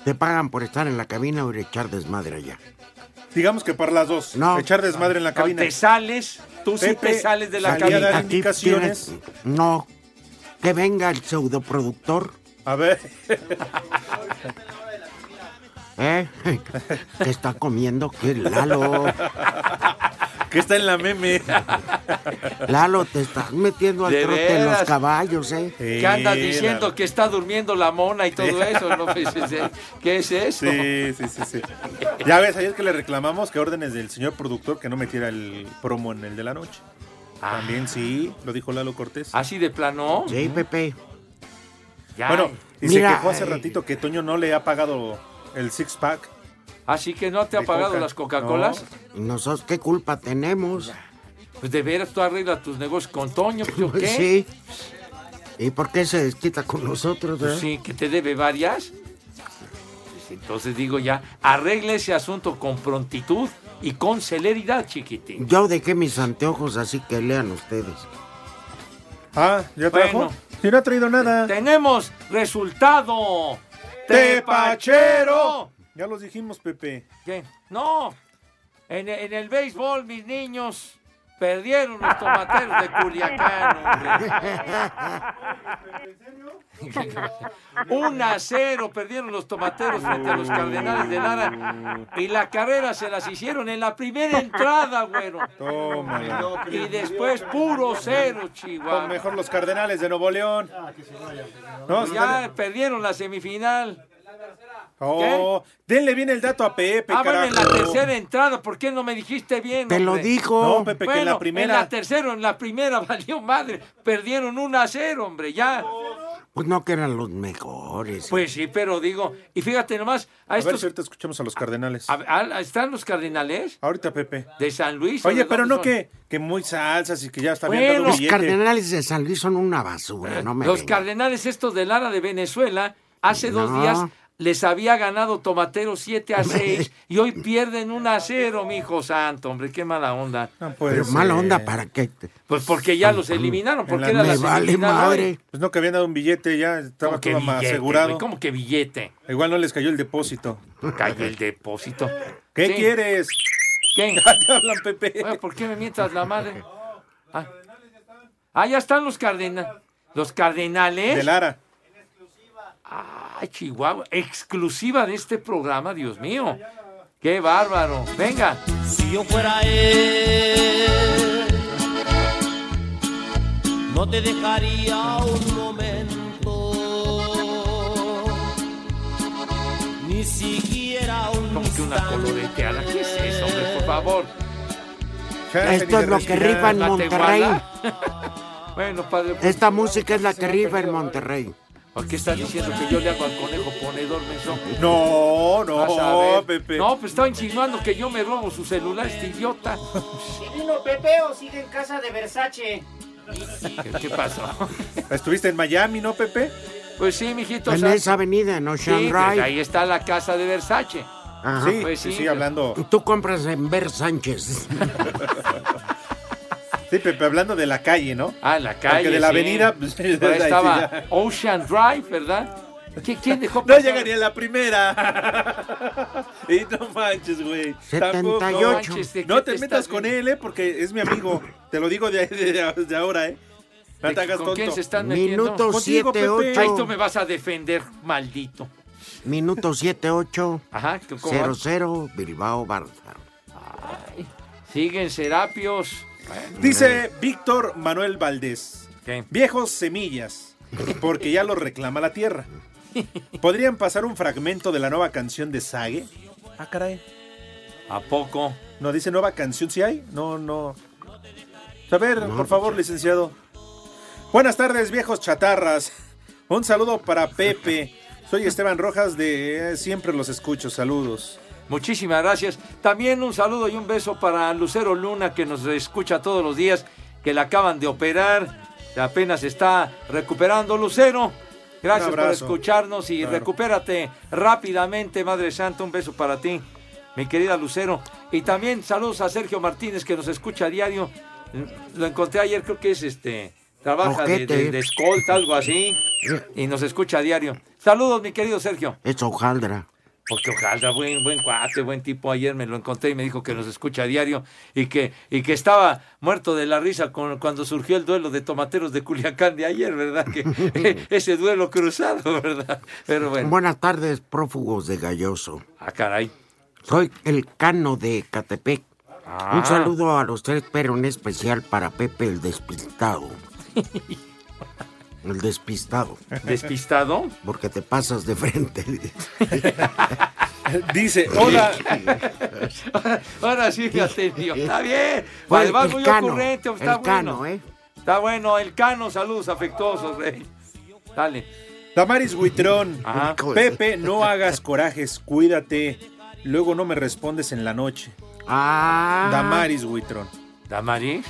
te pagan por estar en la cabina o ir a echar desmadre allá. Digamos que para las dos. No. Echar desmadre en la cabina. Te sales, tú sí Pepe te sales de la salía a cabina. dar indicaciones. Tienes- No. Que venga el pseudoproductor. A ver. ¿Eh? ¿Qué está comiendo? ¿Qué, Lalo? que está en la meme. Lalo, te estás metiendo al ¿De trote en los veras? caballos, ¿eh? ¿Qué andas diciendo? Que está durmiendo la mona y todo eso. ¿no? Pues, es- es- ¿Qué es eso? Sí, sí, sí, sí. Ya ves, ayer que le reclamamos que órdenes del señor productor que no metiera el promo en el de la noche. Ah. También sí, lo dijo Lalo Cortés. Así de plano. Sí, Pepe. Ya. Bueno, y se Mira, quejó hace ay. ratito que Toño no le ha pagado el six pack. Así que no te ha De pagado Coca. las Coca-Colas. ¿Y nosotros qué culpa tenemos? Pues de veras tú arreglas tus negocios con Toño. pues, ¿Yo qué? Sí. ¿Y por qué se desquita con nosotros? Pues eh? sí, que te debe varias. Pues entonces digo ya, arregla ese asunto con prontitud y con celeridad, chiquitín. Yo dejé mis anteojos, así que lean ustedes. Ah, ¿ya trajo? Bueno. Sí, no ha traído nada. Tenemos resultado. ¡Tepachero! Ya los dijimos, Pepe. ¿Qué? No, en, en el béisbol mis niños perdieron los tomateros de Culiacán. hombre. Una a 0 perdieron los tomateros frente a los Cardenales de Lara y la carrera se las hicieron en la primera entrada, güero. Tómala. Y después puro cero, Con Chihuahua. mejor los Cardenales de Nuevo León. No, Ya perdieron la semifinal. Oh, denle bien el dato a Pepe, Ábrame Ah, en la carajo. tercera entrada, ¿por qué no me dijiste bien? Te lo hombre? dijo. No, Pepe, que en la Bueno, primera- En la tercera, en la primera valió madre. Perdieron 1 a 0, hombre, ya. Pues no que eran los mejores. Pues sí, pero digo, y fíjate nomás, a A ver estos. si ahorita escuchamos a los Cardenales. a- a- ¿Están los cardenales? Ahorita, Pepe. De San Luis. ¿o Oye, de pero dónde son? no que, que muy salsas y que ya está bien Bueno. dado Los billete. cardenales de San Luis son una basura, no me Eh, Los vengas. cardenales estos de Lara de Venezuela, hace dos No. días les había ganado Tomatero 7 a 6 y hoy pierden 1 a 0, mi hijo santo, hombre, qué mala onda. Pero mala onda, ¿para qué? Pues porque ya los eliminaron, la- porque era Me la vale semifinal hoy. madre. Pues no, que habían dado un billete, ya estaba ¿Cómo que todo más billete, asegurado. güey? ¿Cómo que billete? Igual no les cayó el depósito. Cayó el depósito. ¿Qué Sí. quieres? ¿Quién? Te hablan, Pepe. Oye, ¿Por qué me mientas la madre? Ah, Ah, ya están los cardenales. ¿Los cardenales? De Lara. Ay, Chihuahua. Exclusiva de este programa, Dios mío. Qué bárbaro. Venga. Si yo fuera él, no te dejaría un momento, ni siquiera un Como que una coloreteada. ¿Qué es eso, hombre? Por favor. Esto es lo que rifa en ¿La Monterrey. Tehuala? Bueno, padre. pues, Esta música es la que rifa en Monterrey. ¿Por qué estás diciendo que yo le hago al conejo ponedor, menso? No, no, Vas a ver. Pepe. No, pues estaba insinuando que yo me robo su celular, este idiota. Divino Pepeo sigue en casa de Versace. ¿Qué, qué pasó? Estuviste en Miami, ¿no, Pepe? Pues sí, mijito. En ¿sabes? esa avenida, en Sí, Ocean pues, Drive. ahí está la casa de Versace. Ajá. Pues sí. Tú compras en Ver Sánchez. Sí, Pepe, hablando de la calle, ¿no? Ah, la calle. Porque de la sí. avenida, pues, Ahí ahí sí estaba ya. Ocean Drive, ¿verdad? ¿Qui- ¿Quién dejó No pasar? llegaría la primera. y no manches, güey. 78. Tampoco. No manches, ¿de qué No te te metas estás con él, eh, porque es mi amigo. Te lo digo de, de- de ahora, eh. No ¿De- te hagas ¿Con tonto. quién se están metiendo? Minuto Contigo, Pepe. 78. Ahí tú me vas a defender, maldito. Minuto 78 Ajá, ¿cómo va? 00 Bilbao Barça. Siguen Serapios. Bueno. Dice Víctor Manuel Valdés. Viejos semillas, porque ya los reclama la tierra. ¿Podrían pasar un fragmento de la nueva canción de Sage? Ah, caray. ¿A poco? No, dice nueva canción, si hay? No, no. A ver, No, por favor, licenciado. Buenas tardes, viejos chatarras. Un saludo para Pepe. Soy Esteban Rojas de eh, Siempre los escucho. Saludos. Muchísimas gracias. También un saludo y un beso para Lucero Luna, que nos escucha todos los días, que la acaban de operar, apenas está recuperando. Lucero, gracias Un por abrazo. escucharnos y Claro. recupérate rápidamente, Madre Santa. Un beso para ti, mi querida Lucero. Y también saludos a Sergio Martínez, que nos escucha a diario. Lo encontré ayer, creo que es este. Trabaja de, Ojete. de- de escolta, algo así, y nos escucha a diario. Saludos, mi querido Sergio. Es hojaldra. Porque ojalá, buen, buen cuate, buen tipo. Ayer me lo encontré y me dijo que nos escucha a diario y que, y que estaba muerto de la risa con- cuando surgió el duelo de tomateros de Culiacán de ayer, ¿verdad? Que, ese duelo cruzado, ¿verdad? Pero bueno. Buenas tardes, prófugos de Galloso. Ah, caray. Soy el cano de Catepec. Ah. Un saludo a los tres, pero un especial para Pepe el despistado. El despistado. ¿Despistado? Porque te pasas de frente. Dice, hola. Ahora sí me atendió. Está bien. Fue el- Vale, vas el muy Cano, ocurrente, el está bueno. Cano, ¿eh? Está bueno, el cano, saludos afectuosos, rey. Dale. Damaris Huitrón. Ajá. Pepe, no hagas corajes, cuídate. Luego no me respondes en la noche. Ah. Damaris Huitrón. ¿Damaris?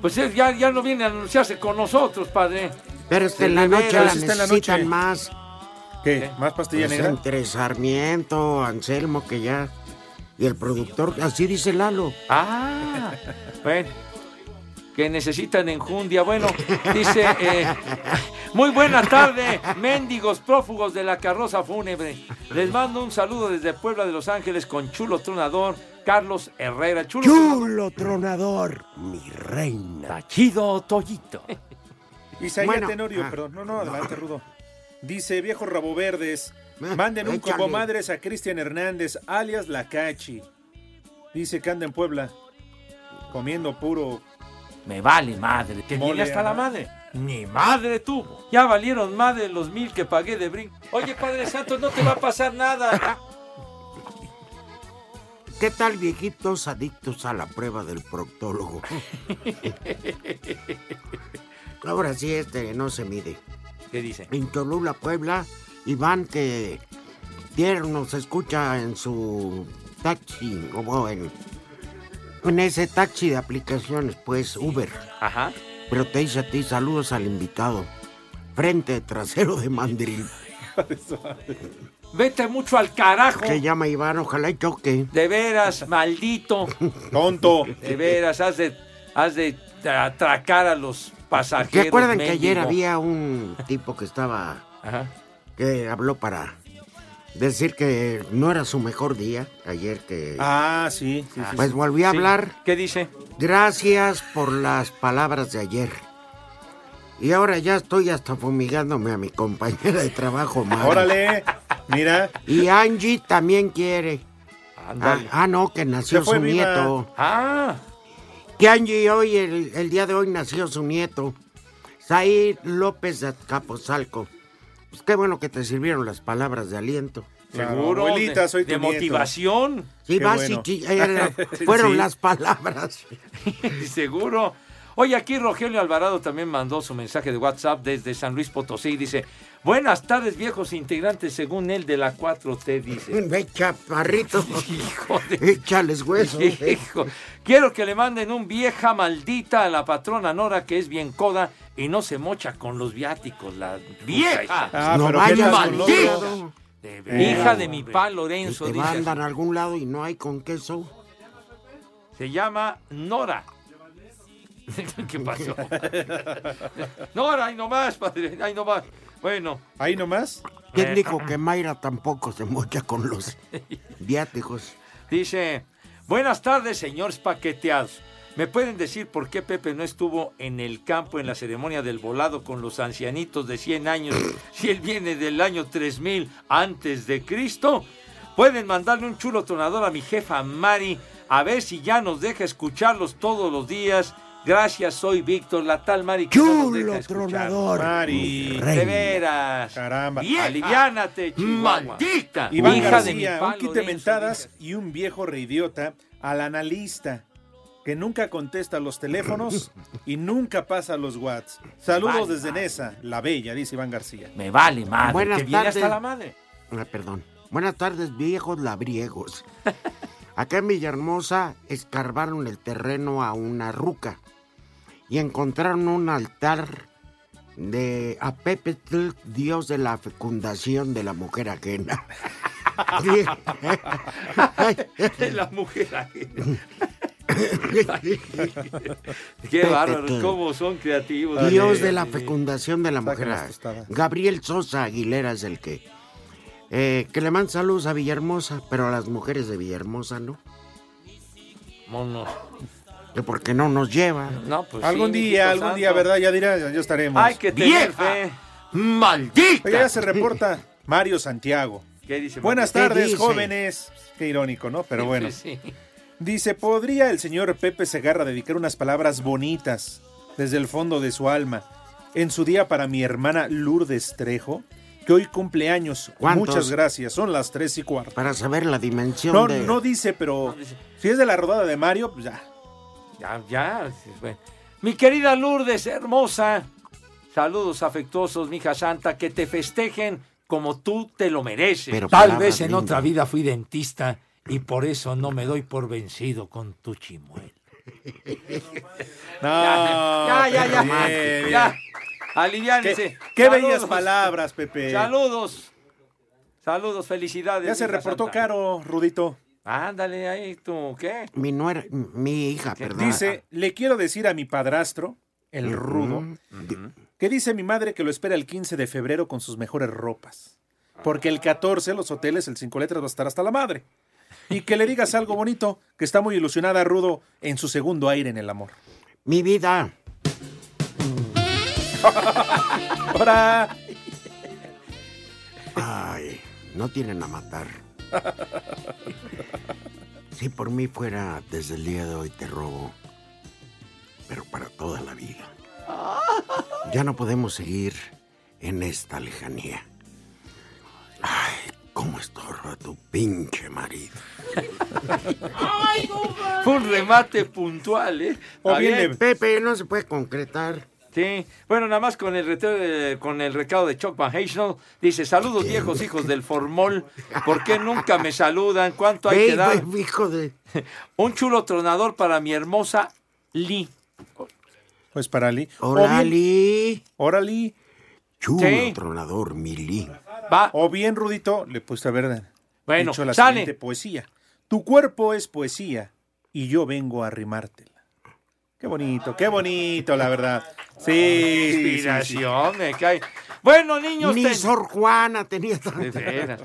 Pues él ya, ya no viene a anunciarse con nosotros, padre. Pero es que De en la noche veras. la necesitan más. ¿Qué? ¿Más pastilla Pues negra? Entre Sarmiento, Anselmo, que ya. Y el productor, así dice Lalo. Ah, bueno. Que necesitan enjundia. Bueno, dice, eh, muy buena tarde, mendigos prófugos de la carroza fúnebre. Les mando un saludo desde Puebla de Los Ángeles con Chulo Tronador, Carlos Herrera. Chulo, Chulo tronador, mi reina. Chido Toyito. Isaías Bueno, Tenorio, ah, perdón. No, no, adelante, Rudo. Dice, viejo rabo verdes, manden un échale. combo madres a Cristian Hernández, alias La Cachi. Dice que anda en Puebla, comiendo puro... Me vale madre, que Mole, viene hasta la ajá. madre. Ni madre tuvo. Ya valieron madre los mil que pagué de brinco. Oye, Padre Santo, no te va a pasar nada. ¿Qué tal, viejitos adictos a la prueba del proctólogo? Ahora sí, este no se mide. ¿Qué dice? En Cholula, Puebla, Iván, que tierno se escucha en su taxi, como en, en ese taxi de aplicaciones, pues Uber. Ajá. Pero te dice a ti saludos al invitado. Frente trasero de mandril. Vete mucho al carajo. Se llama Iván, ojalá y choque. De veras, maldito. Tonto. De veras, has de, has de atracar a los pasajeros. ¿Recuerdan que ayer mendigo. había un tipo que estaba. que habló para decir que no era su mejor día? Ayer que. Ah, sí. sí, sí, Pues sí. volví a Sí. hablar. ¿Qué dice? Gracias por las palabras de ayer. Y ahora ya estoy hasta fumigándome a mi compañera de trabajo, madre. Órale, mira. Y Angie también quiere. Ah, ah, no, que nació Se fue su viva. nieto. Ah. Que Angie hoy, el, el día de hoy nació su nieto, Zair López de Capozalco. Pues qué bueno que te sirvieron las palabras de aliento. Claro, Seguro, abuelita, de- soy tu de nieto. motivación. Sí, Qué vas bueno. y chi- eh, fueron Sí. las palabras. Seguro. Oye, aquí Rogelio Alvarado también mandó su mensaje de WhatsApp desde San Luis Potosí. Dice, buenas tardes viejos integrantes, según él de la 4T, dice. Ve, chaparrito. Échales eh. huesos. Hijo, quiero que le manden un vieja maldita a la patrona Nora que es bien coda y no se mocha con los viáticos, la vieja. Ah, No pero ¿qué vayas tal con maldita. Lorenzo? De- Eh, hija de mi pa Y Lorenzo, te dice. mandan a algún lado y no hay con queso. Se llama Nora. ¿Qué pasó? Nora, ahí nomás, padre, ahí nomás. Bueno. ¿Ahí nomás? ¿Quién Eh, dijo que Mayra tampoco se mocha con los viáticos? Dice, buenas tardes, señores paqueteados. ¿Me pueden decir por qué Pepe no estuvo en el campo en la ceremonia del volado con los ancianitos de 100 años si él viene del año 3000 antes de Cristo? Pueden mandarle un chulo tronador a mi jefa Mari a ver si ya nos deja escucharlos todos los días. Gracias, soy Víctor, la tal Mari que no nos deja escuchar. Mari. De veras. Caramba. Ah, Vieja. Aliviánate, Chihuahua. Maldita. Iván Hija García, de mi pa, un quite Lorenzo, mentadas y un viejo reidiota al analista que nunca contesta los teléfonos y nunca pasa los whats. Saludos Vale, desde Nesa, la bella, dice Iván García. Me vale madre. Buenas que viene tardes. hasta la madre. Ah, perdón. Buenas tardes, viejos labriegos. Acá en Villahermosa escarbaron el terreno a una ruca y encontraron un altar de a Pepetl, dios de la fecundación de la mujer ajena. De la mujer ajena. Qué bárbaro, Pepetl. cómo son creativos. Dios de Eh, la fecundación de la mujer. las tostadas. Gabriel Sosa Aguilera es el que. eh, que le manda saludos a Villahermosa, pero a las mujeres de Villahermosa no. Mono. Que porque no nos lleva. No, pues algún día, algún día, ¿verdad? Ya dirá, ya ya estaremos. Hay que tener Vieja. fe. ¡Maldita! Oye, ya se reporta Mario Santiago. ¿Qué dice? Buenas Mario? tardes, ¿Qué dice? jóvenes. Qué irónico, ¿no? Pero bueno. Sí, sí. Dice, ¿podría el señor Pepe Segarra dedicar unas palabras bonitas desde el fondo de su alma en su día para mi hermana Lourdes Trejo? Que hoy cumple años. ¿Cuántos? Muchas gracias. Son las tres y cuarto. Para saber la dimensión No, de. no dice, pero si es de la rodada de Mario, pues ya. Ya, ya. sí, bueno. Mi querida Lourdes, hermosa. Saludos afectuosos, mija santa, que te festejen como tú te lo mereces. Pero Tal palabras vez en lindas. otra vida fui dentista y por eso no me doy por vencido con tu chimuelo. Ah, Ya, ya, ya. Bien, Ya. bien. Aliviánense. Qué, qué Saludos. bellas palabras, Pepe. Saludos. Saludos, felicidades. Ya se hija reportó santa. caro, Rudito. Ándale, ahí tú, ¿qué? Mi nuera, mi hija, perdón. Dice, le quiero decir a mi padrastro, el rudo, que dice mi madre que lo espera el 15 de febrero con sus mejores ropas. Porque el 14 los hoteles, el cinco letras va a estar hasta la madre. Y que le digas algo bonito, que está muy ilusionada Rudo en su segundo aire en el amor. Mi vida. Ahora, Ay, no tienen a matar. Si por mí fuera, desde el día de hoy te robo, pero para toda la vida. Ya no podemos seguir en esta lejanía. Ay, cómo estorba tu pinche marido. Fue un remate puntual, ¿eh? O Está bien, bien. Pepe, no se puede concretar. Sí, bueno, nada más con el, reteo de- con el recado de Chuck Van Heysel, dice, saludos viejos hijos del formol, ¿por qué nunca me saludan? ¿Cuánto hay Ve, que dar? ve, hijo de... Un chulo tronador para mi hermosa Lee. pues para Ali. Hola, Li. Órale. Chulo Sí. tronador, mi Li. Va. O bien, Rudito, le puse a ver Bueno, Oh, dicho la sale. siguiente poesía. Tu cuerpo es poesía y yo vengo a rimártela. Qué bonito, qué bonito, la verdad. Sí, sí, sí, sí. Inspiración, me cae. Bueno, niños, Ni ten- Sor Juana tenía tanta- De veras.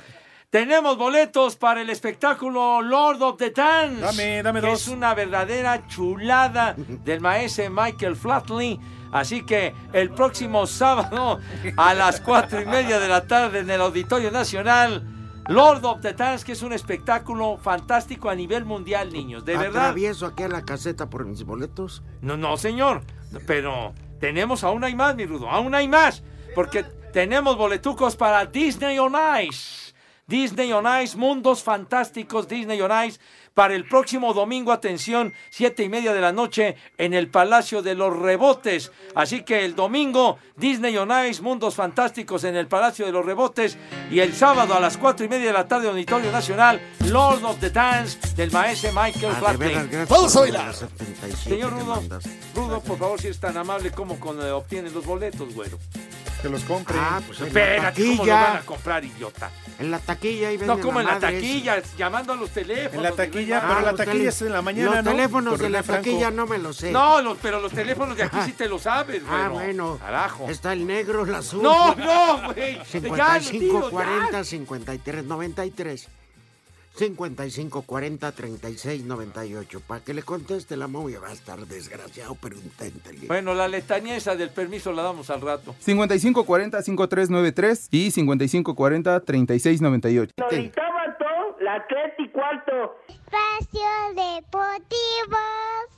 Tenemos boletos para el espectáculo Lord of the Dance. Dame, dame que dos. Es una verdadera chulada del maestro Michael Flatley. Así que el próximo sábado a las cuatro y media de la tarde en el Auditorio Nacional Lord of the Tanks, que es un espectáculo fantástico a nivel mundial, niños. Ah, De verdad. ¿Atravieso aquí a la caseta por mis boletos? No, no, señor. Pero tenemos aún hay más, mi rudo. Aún hay más. Porque tenemos boletucos para Disney on Ice. Disney on Ice, Mundos Fantásticos, Disney on Ice, para el próximo domingo, atención, siete y media de la noche en el Palacio de los Rebotes. Así que el domingo, Disney on Ice, Mundos Fantásticos en el Palacio de los Rebotes. Y el sábado a las cuatro y media de la tarde, Auditorio Nacional, Lord of the Dance del maestro Michael Ah, de veras, Flatley. gracias Vamos a por lo de bailar. las 77 Señor que Rudo, mandas. Rudo, por favor, si es tan amable, ¿cómo con, eh, obtienen los boletos, güero? Que los compre. Ah, pues en la Espérate, ¿cómo los van taquilla. a comprar, idiota? En la taquilla ahí No, venden como en la madre esa. Ah, taquilla, llamando a los teléfonos. En la taquilla, de- pero la los taquilla tele- es en la mañana, Los ¿no? teléfonos Por de René la Franco. taquilla no me los sé. No, los- pero los teléfonos de aquí sí te lo sabes, güey. Ah, bueno. Carajo. Está el negro, el azul. No, no, güey. Ya, los 55 tiros, 40 53 93. 55 40 36 98. Para que le conteste la momia va a estar desgraciado, pero inténtele. Bueno, la letanía esa del permiso la damos al rato. 5540-5393 y 5540-3698. todo, la tres y cuarto. Espacio Deportivo.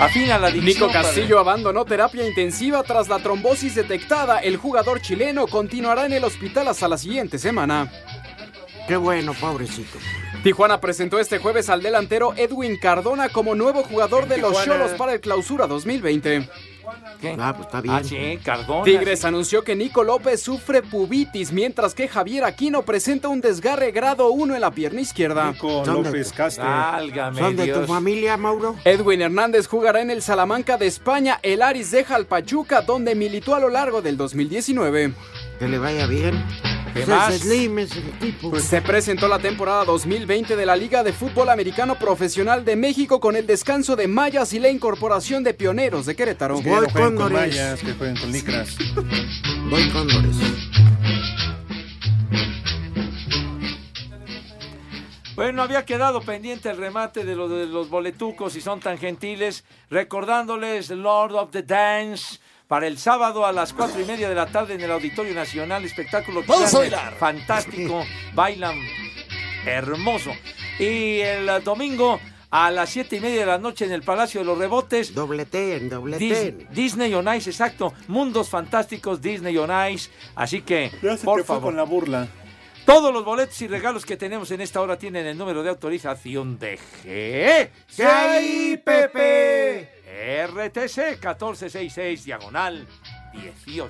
Afina la dicción, Nico Castillo padre. abandonó terapia intensiva tras la trombosis detectada. El jugador chileno continuará en el hospital hasta la siguiente semana. Qué bueno, pobrecito. Tijuana presentó este jueves al delantero Edwin Cardona como nuevo jugador de los Tijuana. Cholos para el Clausura 2020. Ah, pues está bien. Ah, sí, Cardona. Tigres anunció que Nico López sufre pubitis, mientras que Javier Aquino presenta un desgarre grado 1 en la pierna izquierda. Son de- López Castro. Válgame ¿Son de tu Dios. familia, Mauro? Edwin Hernández jugará en el Salamanca de España. El Aris deja al Pachuca, donde militó a lo largo del 2019. Que le vaya bien. ¿Qué Pues más? Pues, Es Slim, es el tipo. Se presentó la temporada 2020 de la Liga de Fútbol Americano Profesional de México con el descanso de Mayas y la incorporación de pioneros de Querétaro. Que ya no jueguen con mayas, que jueguen con licras. Voy con Lores. Bueno, había quedado pendiente el remate de, lo, de los boletucos, si son tan gentiles, recordándoles Lord of the Dance. Para el sábado a las cuatro y media de la tarde en el Auditorio Nacional, espectáculo que Vamos a sale bailar. fantástico, bailan hermoso. Y el eh, domingo a las siete y media de la noche en el Palacio de los Rebotes, Dobleten, Dis- dobleten. Disney on Ice, exacto, Mundos Fantásticos, Disney on Ice. Así que, por se te fue favor, con la burla. todos los boletos y regalos que tenemos en esta hora tienen el número de autorización de G. E. ¿Qué E hay, Pepe? RTC 1466 diagonal 18.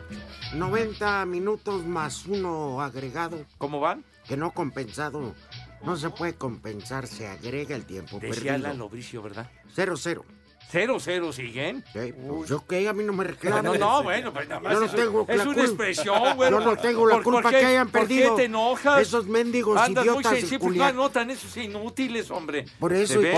90 minutos más uno agregado. ¿Cómo van? Que no compensado. No se puede compensar, se agrega el tiempo Decía perdido. Alan Lobricio, ¿verdad? Cero, cero. Cero, cero, ¿siguen? Sí, pues, yo qué, a mí no me reclaman. No, no, bueno, pues nada más. Yo no es, tengo es la una culpa. expresión, güey. Yo no tengo la ¿Por- por culpa qué- que hayan perdido. ¿Por qué te enojas? Esos mendigos Andas idiotas muy de sensible, no Culiacán. anotan esos inútiles, hombre. Por ¿Se eso, ve? ¿y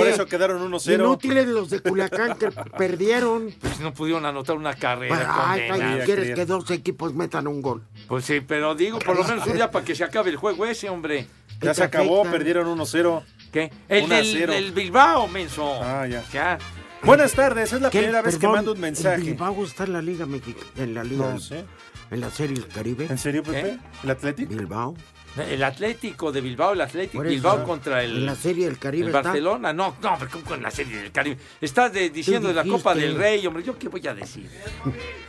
qué? Inútiles los de Culiacán que perdieron. Pues no pudieron anotar una carrera. Ay, condenados. ay, ¿quieres que dos equipos metan un gol? Pues sí, pero digo, por lo menos un día para que se acabe el juego ese, hombre. Ya se acabó, perdieron 1-0. ¿Qué? El 1 a del, 0. del Bilbao, menso. Ah, ya. Ya. Buenas tardes, es la ¿Qué? primera vez que Perdón, mando un ¿El mensaje. Bilbao está en la Liga Mexicana? En la Liga. No sé. En la Serie del Caribe. ¿En serio, Pepe? ¿El Atlético? Bilbao. El Atlético de Bilbao, el Atlético Por de eso, Bilbao contra el, en la Serie del Caribe el está. Barcelona. No, no, pero ¿cómo con la Serie del Caribe? Estás de- diciendo de la dijiste. Copa del Rey, hombre. ¿Yo qué voy a decir?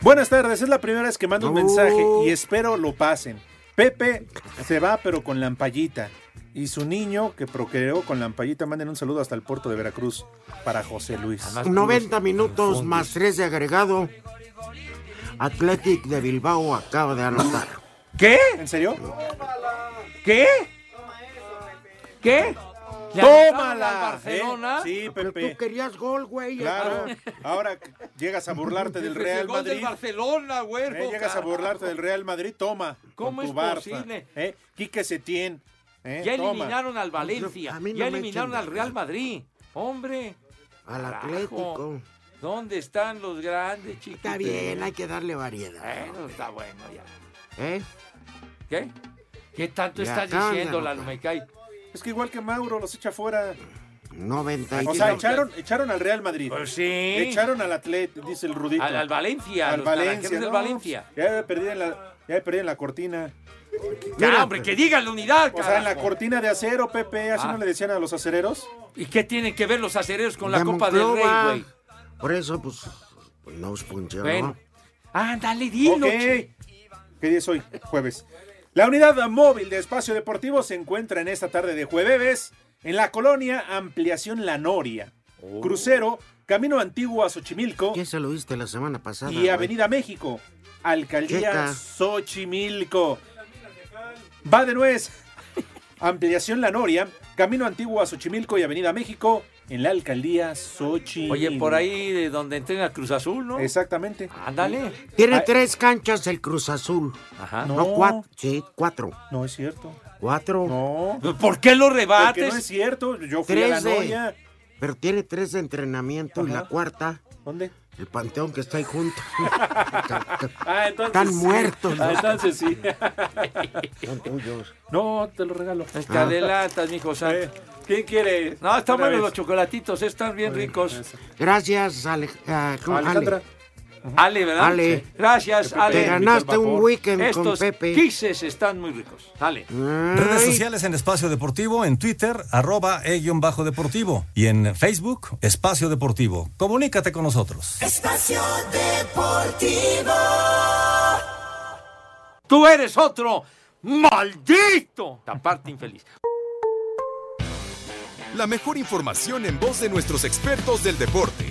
Buenas tardes, es la primera vez que mando un No. mensaje y espero lo pasen. Pepe se va pero con lampallita. Y su niño que procreó con lampallita, manden un saludo hasta el puerto de Veracruz para José Luis. 90 minutos más 3 de agregado. Athletic de Bilbao acaba de anotar. ¿Qué? ¿En serio? ¿Qué? ¿Qué? Le ¡Tómala! anotaron al Barcelona. ¿eh? Sí, Pero Pepe. tú querías gol, güey. Claro. Ahora que llegas a burlarte del Pues Ah. el Real gol del Madrid. Barcelona, güero. Eh, llegas a carajo. burlarte del Real Madrid, toma. ¿Cómo con tu es Barça, posible? eh. Quique Setién. Eh, ya toma. eliminaron al Valencia, A mí no ya me eliminaron echen al Real Madrid. Hombre. Al carajo. Atlético. ¿Dónde están los grandes, chicos? Está bien, hay que darle ¿eh? variedad. Bueno, está bueno ya. ¿Eh? ¿Qué? ¿Qué tanto Ya, estás cálmalo, diciendo, pa. Lalo Mecay? Es que igual que Mauro los echa fuera. 90 y O sea, echaron, echaron al Real Madrid. Echaron al Atlet, dice el Rudito. Al- al Valencia, Al los Valencia. naranjeros del no, Valencia. pues, Ya perdí en la, ya perdí en la cortina. Ya, hombre, pues. que digan la unidad, O sea, en la carajo. cortina de acero, Pepe, así Ah. no le decían a los acereros. ¿Y qué tienen que ver los acereros con la De Copa Monclova. del Rey, güey? Por eso, pues, pues, no os funcionó. Bueno. Ándale, dilo. Ok. che. ¿Qué día es hoy? Jueves. La unidad móvil de Espacio Deportivo se encuentra en esta tarde de jueves en la colonia Ampliación La Noria. Oh. Crucero, Camino Antiguo a Xochimilco Ya se lo viste la semana pasada. y güey. Avenida México. Alcaldía Checa. Xochimilco. Va de nuez. Ampliación La Noria, Camino Antiguo a Xochimilco y Avenida México en la Alcaldía Xochimilco. Oye, por ahí de donde entrena Cruz Azul, ¿no? Exactamente. Ándale. Tiene Ah, tres canchas el Cruz Azul. Ajá. No, No. cuatro. Sí, cuatro. No es cierto. Cuatro. No. ¿Por qué lo Porque rebates? no es cierto. Yo fui a La Tres de- Noria. Pero tiene tres de entrenamiento y la cuarta. ¿Dónde? El panteón que está ahí junto. Ah, entonces. Están sí. muertos. Ah, entonces sí. Son tuyos. No, te lo regalo. Es Ah. que adelantas, mijo santo. ¿Quién quiere? No, Eh. están Otra buenos vez. los chocolatitos, eh, están bien ricos. Gracias, Ale. ah, ¿cómo? Ale. Alejandra. Ale, ¿verdad? Ale. Sí. Gracias, Ale. eh, Te ganaste un weekend Estos con Pepe. Ah. quises están muy ricos. Ale. Redes sociales en Espacio Deportivo, en Twitter, arroba e-bajo deportivo y en Facebook, Espacio Deportivo. Comunícate con nosotros. Espacio Deportivo. Tú eres otro maldito. Aparte infeliz. La mejor información en voz de nuestros expertos del deporte.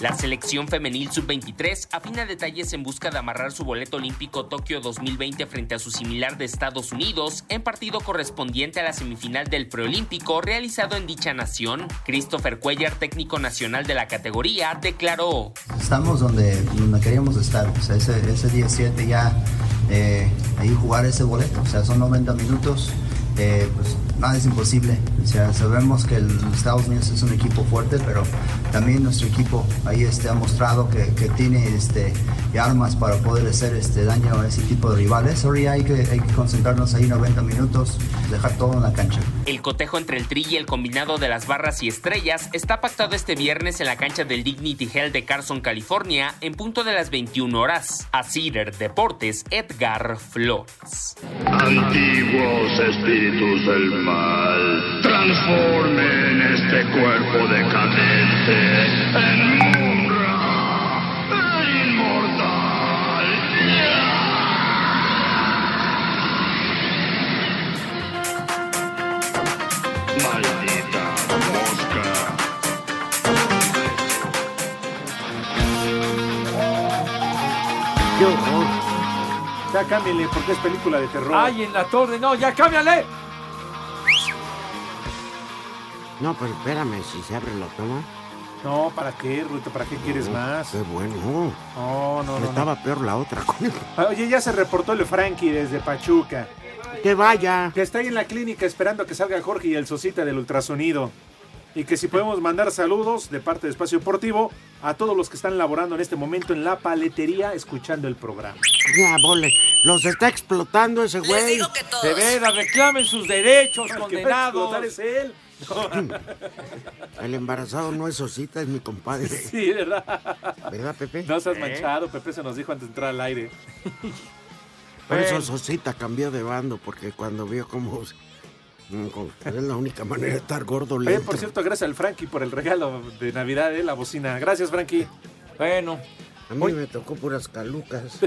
La selección femenil sub-23 afina detalles en busca de amarrar su boleto olímpico Tokio 2020 frente a su similar de Estados Unidos en partido correspondiente a la semifinal del preolímpico realizado en dicha nación. Christopher Cuellar, técnico nacional de la categoría, declaró. Estamos donde, Eh, donde queríamos estar. O sea, ese, ese 17 ya eh, ahí jugar ese boleto. O sea, son 90 minutos. eh, pues nada es imposible. O sea, sabemos que el Estados Unidos es un equipo fuerte, pero también nuestro equipo ahí este, ha mostrado que, que tiene este, y armas para poder hacer este daño a ese tipo de rivales. Ahora ya hay que, hay que concentrarnos ahí 90 minutos, dejar todo en la cancha. El cotejo entre el tri y el combinado de las barras y estrellas está pactado este viernes en la cancha del Dignity Hell de Carson, California, en punto de las 21 horas. A Cider Deportes, Edgar Flores. Antiguos espíritus del mal, transformen este cuerpo decadente en Munra, el inmortal. Maldita mosca. Qué horror. Ya cámbiale porque es película de terror. ¡Ay, en la torre! ¡No, ya cámbiale! No, pero espérame, si se abre la toma. No, ¿para qué, Ruito? ¿Para qué quieres más? Qué bueno. No, no, no. Estaba peor la otra. Ah, Oye, ya se reportó el Frankie desde Pachuca. Que vaya. Que está ahí en la clínica esperando a que salga Jorge y el Sosita del ultrasonido. Y que si podemos mandar saludos de parte de Espacio Deportivo a todos los que están laborando en este momento en la paletería escuchando el programa. Ya, vole. Los está explotando ese güey. De veras, reclamen sus derechos, que va a explotar condenados. es él. El embarazado no es Osita, es mi compadre. Sí, ¿verdad? ¿Verdad, Pepe? No seas ¿Eh? manchado, Pepe se nos dijo antes de entrar al aire. Por eso Bueno. Sosita cambió de bando, porque cuando vio cómo... cómo- Es la única manera de estar gordo. Oye, le por entra. cierto, gracias al Frankie por el regalo de Navidad, eh, la bocina. Gracias, Frankie. Bueno. A mí me tocó puras calucas.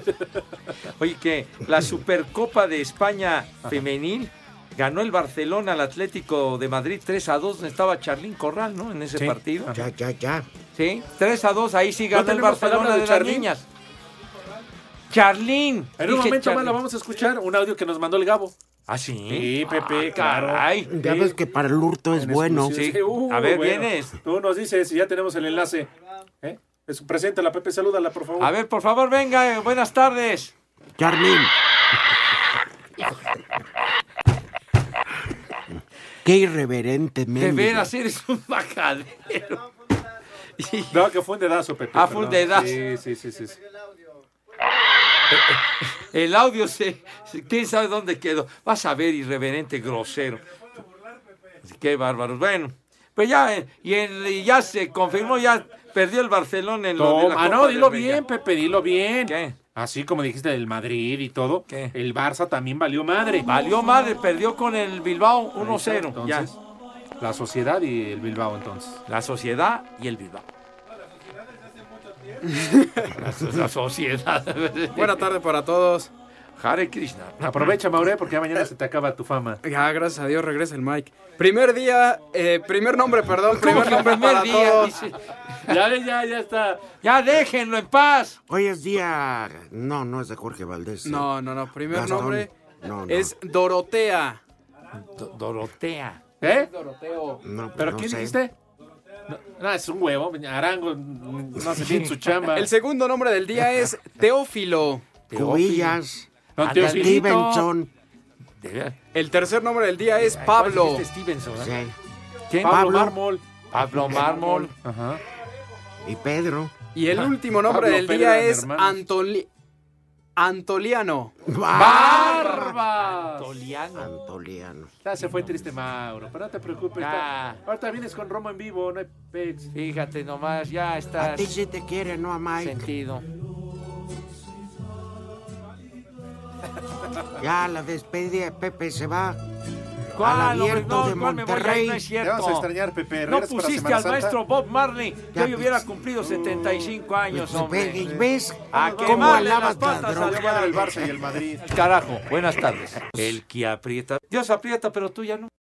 Oye, que la Supercopa de España femenil ganó el Barcelona al Atlético de Madrid 3 a 2. Estaba Charlín Corral, ¿no? En ese Sí. partido. Ya, ya, ya. Sí, 3 a 2. Ahí sí ¿No ganó el tenemos Barcelona palabra de, de las Charlín? niñas. Charlín. En un Dije momento más Charlín. la vamos a escuchar un audio que nos mandó el Gabo. ¿Ah, sí? Ah, Sí, Pepe, claro. Ya ves que para el hurto es bueno. a ver, vienes. Uh, Tú nos dices y ya tenemos el enlace. ¿Eh? Es- Preséntala, Pepe, salúdala, por favor. A ver, por favor, venga. eh, Buenas tardes. Charlín. Qué irreverente, De mendigo. veras, eres un majadero. No, que fue un dedazo, Pepe. Ah, fue un perdón. dedazo. Sí, sí, sí. sí, sí. El audio se, se- quién sabe dónde quedó. Vas a ver, irreverente, grosero. Qué bárbaro. Bueno, pues ya, eh, y, el- y ya se confirmó, ya perdió el Barcelona en lo de la Toma, Copa no, del dilo Rey. bien, Pepe, dilo bien. Así como dijiste del Madrid y todo, el Barça también valió madre. Valió madre, perdió con el Bilbao 1-0. Ya. Entonces, La sociedad y el Bilbao, entonces. La sociedad y el Bilbao. La sociedad. Buena tarde para todos. Hare Krishna. Aprovecha, Maure, porque ya mañana se te acaba tu fama. Ya, gracias a Dios regresa el Mike. Primer día, eh, primer nombre, perdón, primer nombre para día, todos. Ya, ya, ya está. Ya déjenlo en paz. Hoy es día. No, no es de Jorge Valdés. ¿eh? No, no, no, primer Gastón. nombre No, no. es Dorotea. Dorotea. ¿Eh? Doroteo. No, ¿Pero no quién sé. dijiste? No, no, es un huevo, Arango, no hace bien su chamba. El segundo nombre del día es Teófilo. Teófilo. Cubillas. No, Teófilito. Stevenson. El tercer nombre del día es Ay, ¿cuál Pablo. dijiste, Stevenson, eh? Sí. ¿Quién? Pablo Pablo. Mármol. Pablo Mármol. Ajá. Y Pedro. Y el último nombre Pablo del Pedro día eran es hermanos. Antoli- Antoliano. ¡Barbas! Antoliano. Antoliano. Ya se fue triste Mauro, pero no te preocupes. Ya. está- Ahorita vienes con Romo en vivo, no hay pex. Fíjate nomás, ya estás. A ti sí te quiere, no a Mike. Sentido. Ya, la despedida de Pepe se va. ¿Cuál, al hombre? abierto No, de ¿cuál me voy a ir? Monterrey. No es cierto. Te vamos a extrañar, Pepe. No Regresas para pusiste Semana al Santa. maestro Bob Marley, que Ya, hoy hubiera cumplido 75 años, Pues, hombre. ve- ¿Ves? ¿A ¿Cómo qué mal alabas las la patas droga? al diablo? Barça y el Madrid. Carajo, buenas tardes. El que aprieta. Dios aprieta, pero tú ya no.